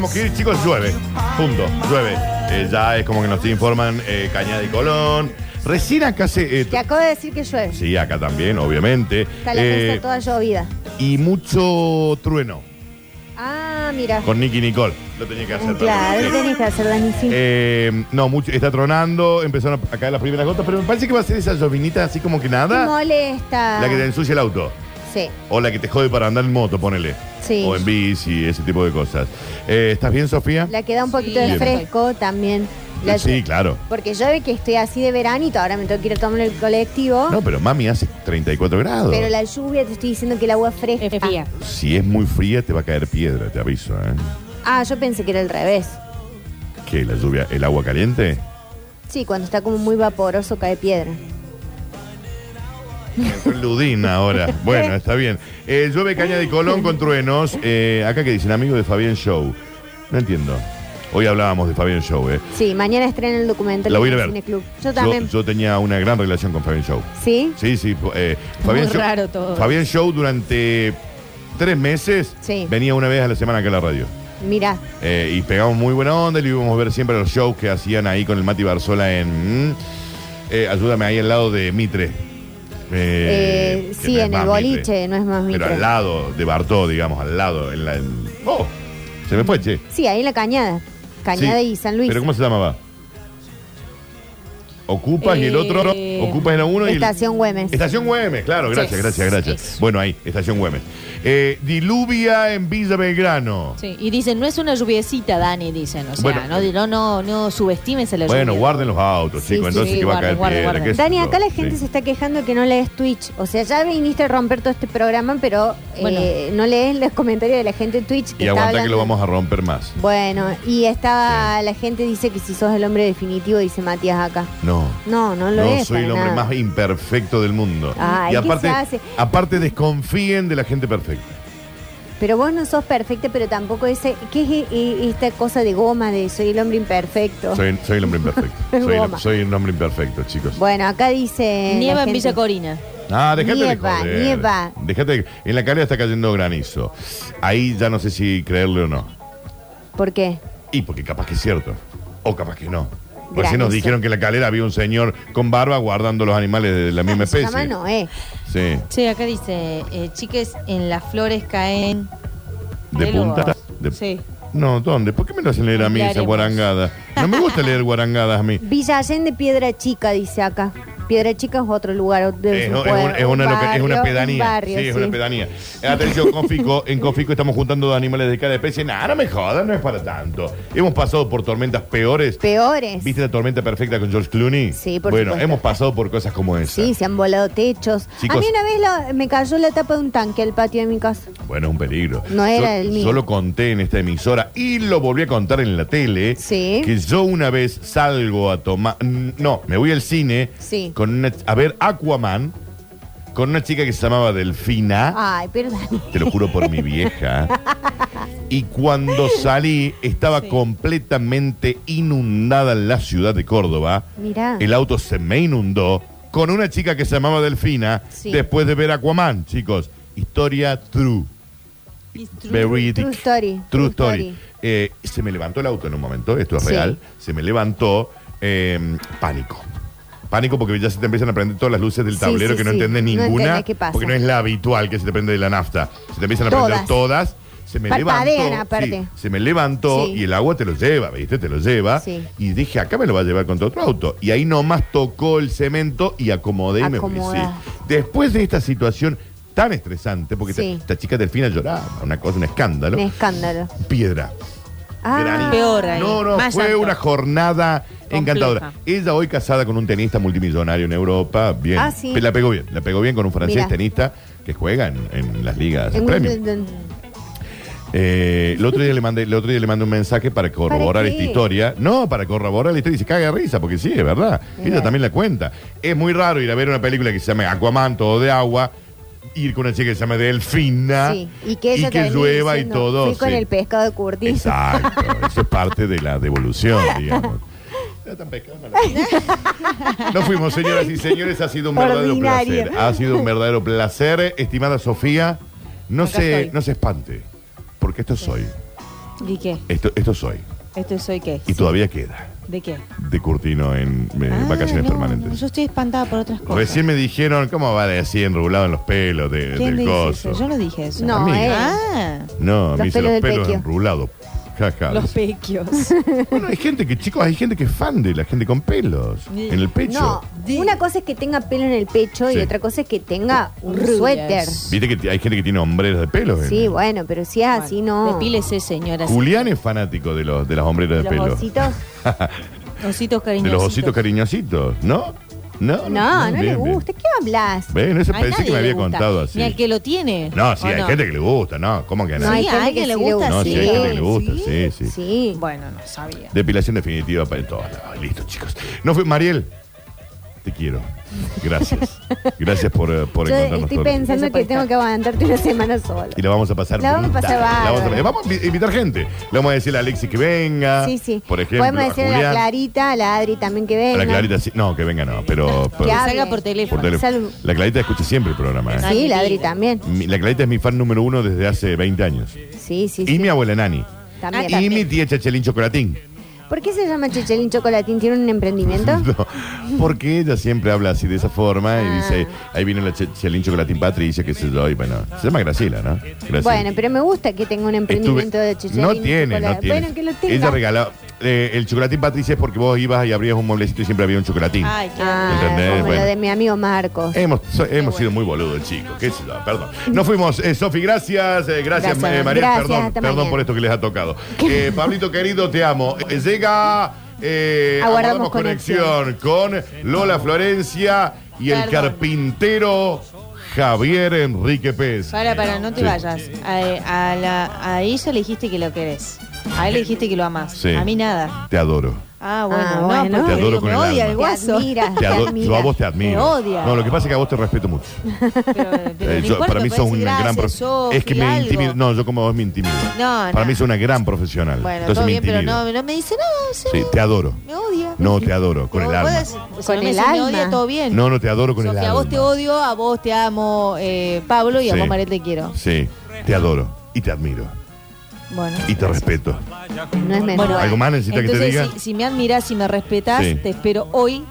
decir, chicos, llueve. Punto. Llueve. Eh, ya es como que nos informan eh, Cañada y Colón. Recién acá se. eh, Te acabo de decir que llueve. sí, acá también, obviamente. Está la Eh, mesa toda llovida. y mucho trueno Ah, mira. con Nicky Nicole. Lo tenía que hacer. Claro, perdón. lo tenés que hacer, Dani. sí. Eh, no, mucho, está tronando, empezaron a caer las primeras gotas, pero me parece que va a ser esa llovinita así como que Te nada, molesta. la que te ensucia el auto. Sí. O la que te jode para andar en moto, ponele. Sí. O en bici, ese tipo de cosas. Eh, ¿Estás bien, Sofía? La que da un poquito Bien. de fresco también. La sí, llu- claro. Porque yo ve que estoy así de veranito, ahora me tengo que ir a tomar el colectivo. No, pero mami hace 34 grados. Pero la lluvia, te estoy diciendo que el agua fresca. Es fría. Si es muy fría, te va a caer piedra, te aviso. ¿eh? Ah, yo pensé que era al revés. ¿Qué? ¿La lluvia? ¿El agua caliente? Sí, cuando está como muy vaporoso cae piedra. Fue Ludín ahora. Bueno, está bien. Eh, llueve caña de Colón con truenos. Eh, acá que dicen, amigo de Fabián Show. No entiendo. Hoy hablábamos de Fabián Show, ¿eh? Sí, mañana estrena el documental La voy a ir en a el ver. Cineclub. Yo también. Yo, tenía una gran relación con Fabián Show. ¿Sí? Sí, sí. eh, Muy raro todo. Fabián Show durante tres meses Sí. venía una vez a la semana acá a la radio. Mira, Eh, y pegamos muy buena onda, le íbamos a ver siempre los shows que hacían ahí con el Mati Barzola en... mm, eh, ayúdame ahí al lado de Mitre. Eh, eh, que no sí, es en más el boliche, Mitre. no es más Pero al micro. lado de Bartó, digamos, al lado. En la, en- ¡Oh! Se me fue, che. Sí, ahí en la cañada. Cañada Sí. y San Luis. ¿Pero cómo se llamaba? Ocupas y el otro... Eh, Ocupas era uno y... el- Estación Güemes. Estación Güemes, claro, gracias, Sí. gracias, gracias. Eso. Bueno, ahí, Estación Güemes. Eh, diluvia en Villa Belgrano. Sí, y dicen, no es una lluviecita, Dani, dicen. O sea, Bueno. eh. no, no, no, no subestimes la lluvia. Bueno, guarden los autos, Sí, chicos, sí, entonces sí, que va a guarden, caer guarden, piedra. guarden. qué sé Dani, yo. acá la gente Sí. se está quejando que no lees Twitch. O sea, ya viniste a romper todo este programa, pero eh, Bueno. no lees los comentarios de la gente en Twitch. Que Y está aguanta que lo hablando. vamos a romper más. Bueno, y estaba la gente dice que si sos el hombre definitivo, dice Matías acá. No. No, no lo No es. soy el para hombre nada. más imperfecto del mundo. Ay, y ¿qué aparte, se hace? aparte desconfíen de la gente perfecta. Pero vos no sos perfecta, pero tampoco ese. ¿Qué es eh, esta cosa de goma de soy el hombre imperfecto? Soy, soy el hombre imperfecto. Es soy, el, Oh. goma. soy un hombre imperfecto, chicos. Bueno, acá dice. Eh, la Nieva en gente- Villa Corina. Ah, déjate de Nieva, joder. nieva. Déjate de- En la calera está cayendo granizo. Ahí ya no sé si creerle o no. ¿Por qué? Y porque capaz que es cierto. O capaz que no. Porque Granizo. nos dijeron que en la calera había un señor con barba guardando los animales de la misma Se especie. llama Noé. Sí. Che, acá dice, eh, chiques, en las flores caen... ¿De Reloj. punta? De- Sí. No, ¿dónde? ¿Por qué me lo hacen leer a mí esa Hablaremos. guarangada? No me gusta leer guarangadas a mí. Villa Allende, Piedra Chica, dice acá. Piedra Chica es otro lugar. debe Es, Eh, ser no, un es un- pueblo, es una, un loca- es una barrio, pedanía. un barrio, sí, es una sí. pedanía. Atención, Confico. En Confico estamos juntando animales de cada especie. Nada, no me jodas, no es para tanto. Hemos pasado por tormentas peores. Peores. ¿Viste la tormenta perfecta con George Clooney? Sí, por Bueno, supuesto. hemos pasado por cosas como esa. Sí, se han volado techos. Chicos. A mí una vez lo- me cayó la tapa de un tanque al patio de mi casa. Bueno, un peligro. No era el mío. Yo lo conté en esta emisora y lo volví a contar en la tele. Sí. Que yo una vez salgo a tomar. No, me voy al cine. Sí. Con una- a ver Aquaman. Con una chica que se llamaba Delfina. Ay, perdón. Te lo juro por mi vieja. Y cuando salí, estaba completamente inundada la ciudad de Córdoba. Mirá. El auto se me inundó con una chica que se llamaba Delfina Sí. después de ver Aquaman, chicos. Historia true. Veridic. True story. True True story. story. Eh, se me levantó el auto en un momento, esto es Sí. real. Se me levantó eh, pánico. Pánico porque ya se te empiezan a prender todas las luces del Sí, tablero sí, que no sí. entiendes No ninguna. entendés qué pasa. Porque no es la habitual que se te prende de la nafta. Se te empiezan a prender Todas. todas. Se me Parpadean, levantó. aparte. sí, se me levantó Sí. y el agua te lo lleva, ¿viste? Te lo lleva. Sí. Y dije, acá me lo va a llevar contra otro auto. Y ahí nomás tocó el cemento y acomodé y me fui. Acomodá. Sí. Después de esta situación tan estresante, porque Sí. esta, esta chica delfina lloraba, una cosa, un escándalo. Un escándalo. Piedra. Ah, Granizo. Peor ahí. No, no, Más fue llanto. una jornada encantadora. Ella hoy casada con un tenista multimillonario en Europa, bien. Ah, sí. Pe- La pegó bien, la pegó bien con un francés Mirá. tenista que juega en, en las ligas en- premium. en- Eh, el, otro día le mandé, el otro día le mandé un mensaje para corroborar qué? esta historia. No, para corroborar la historia y se caga de risa, porque sí, es verdad. Ella Mirá. también la cuenta. Es muy raro ir a ver una película que se llama Aquaman, todo de agua, ir con una chica que se llama Delfina sí. Y que ella te venía llueva diciendo, y todo. Fui con sí. el pescado de Curtis. Exacto, eso es parte de la devolución, digamos. No tan pescado, no la- No fuimos, señoras y señores, ha sido un verdadero Ordinario. placer. Ha sido un verdadero placer, estimada Sofía. No Acá se, estoy. no se espante, porque esto soy. ¿Y qué? Esto, esto soy. ¿Esto soy qué? Y todavía queda ¿De qué? de Curtino en eh, Ah, vacaciones no, no, permanentes. Yo estoy espantada por otras cosas. Recién me dijeron, ¿cómo va de así enrulado en los pelos de- del ¿Quién dice coso? eso? Yo no dije eso. No, Amiga. eh. Ah, No, a mí Los hice pelos los del pelos pequio. enrulados. Ja, ja. los pequios. Bueno, hay gente que, chicos, hay gente que es fan de la gente con pelos Sí. en el pecho. No, Sí. una cosa es que tenga pelo en el pecho Sí. y otra cosa es que tenga un Rubias. suéter. Viste que t- hay gente que tiene hombreras de pelos. ¿eh? Sí, bueno, pero si es así, no. Depílese, señora. Julián es fanático de los de las hombreras de Los pelo. ositos. Ositos De cariñosos. los ositos cariñositos, ¿no? No, No, no, le bien, bien. gusta. ¿Qué hablas? Bueno, eso A nadie pensé que me le había gusta. contado así. Ni al que lo tiene. No, sí, ¿o hay gente que le gusta, ¿no? ¿Cómo que a No, nadie? hay Sí, a gente alguien que le sí le gusta, gusta. No, sí, sí. hay gente que le gusta, sí, sí. Sí. Bueno, no sabía. Depilación definitiva para en todos lados. Listo, chicos. No fue Mariel. Te quiero. Gracias. Gracias por, eh, por Yo encontrarnos estoy todos. pensando que tengo que aguantarte una semana sola. Y la vamos a pasar. La vamos a pasar brutal. La vamos, a, bárbaro. vamos a invitar gente. Le vamos a decir a Alexi que venga. Sí, sí. Por ejemplo, Podemos a decirle a la Julián. Clarita, a la Adri también que A venga. la Clarita, sí. No, que venga no, pero... pero- Que salga hable. por teléfono. por teléfono. Salud. La Clarita escucha siempre el programa. ¿eh? Sí, la Adri también. Mi- La Clarita es mi fan número uno desde hace 20 años. Sí, sí, Y sí. mi abuela Nani. También, y también. mi tía Chachelín Chocolatín. ¿Por qué se llama Chichelín Chocolatín? ¿Tiene un emprendimiento? No, porque ella siempre habla así de esa forma y Ah. dice, ahí viene la Ch- Chelín Chocolatín Patricia, qué sé yo, y bueno, se llama Graciela, ¿no? Graciela. Bueno, pero me gusta que tenga un emprendimiento Estuve- de Chichelín No tiene, no Chocolate. tiene. Bueno, que lo tenga. Ella regalaba, eh, el chocolatín Patricia es porque vos ibas y abrías un mueblecito y siempre había un chocolatín. Ay, qué Ah, ¿Entendés? como Bueno. Eh, lo de mi amigo Marcos. Hemos, so- hemos sido muy boludos, chicos. ¿Qué sé yo? Perdón. No fuimos. Eh, Sofi, gracias. Eh, gracias, Gracias. eh, María. Gracias, perdón hasta perdón mañana. por esto que les ha tocado. Eh, Pablito, querido, te amo. Eh, llega. Eh, Aguardamos conexión con Lola Florencia y el Perdón. carpintero Javier Enrique Pérez. Para, para, no te Sí. vayas. A, a la- a ella le dijiste que lo querés. A él le dijiste que lo amás. Sí. A mí nada. Te adoro. Ah, bueno. Ah, no, bueno. porque Te adoro digo, con me el odia alma. el Te guaso. admira, Te adoro- admira. yo a vos te admiro. Me odia. No, lo que pasa es que a vos te respeto mucho. Pero, pero Eh, no yo- importa, para mí sos puedes un decir gran gracias, profesional. Es que Sofi, me algo. intimida. No, yo como vos me intimido. No, para no. mí sos una gran profesional. Bueno, Entonces todo me bien, pero intimida. no, no me dice nada. sí. Sí, te adoro. Me odia. No, te adoro, con Pero el vos alma. decís, si Con no me el decís, me alma. odia, todo bien. No, no, te adoro con el Sofía, alma. a vos te odio, a vos te amo. eh, Pablo y a Sí. vos, María, te quiero. Sí, te adoro y te admiro Bueno. y te respeto. No es menor. Bueno, ¿Algo más necesitas que te Entonces, diga? Si, si me admirás y me respetás, Sí. te espero hoy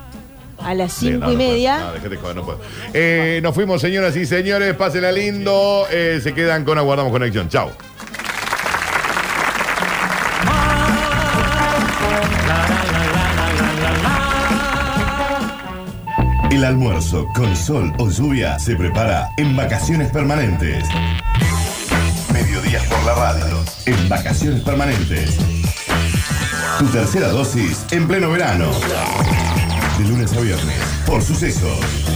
a las Sí, cinco no, y no puedo. media. No, déjate joder, no puedo. Eh, nos fuimos, señoras y señores. Pásenla lindo. Eh, se quedan con Aguardamos Conexión. Chao. El almuerzo con sol o lluvia se prepara en vacaciones permanentes. Mediodías por la radio. En vacaciones permanentes. Tu tercera dosis en pleno verano. De lunes a viernes. Por sucesos.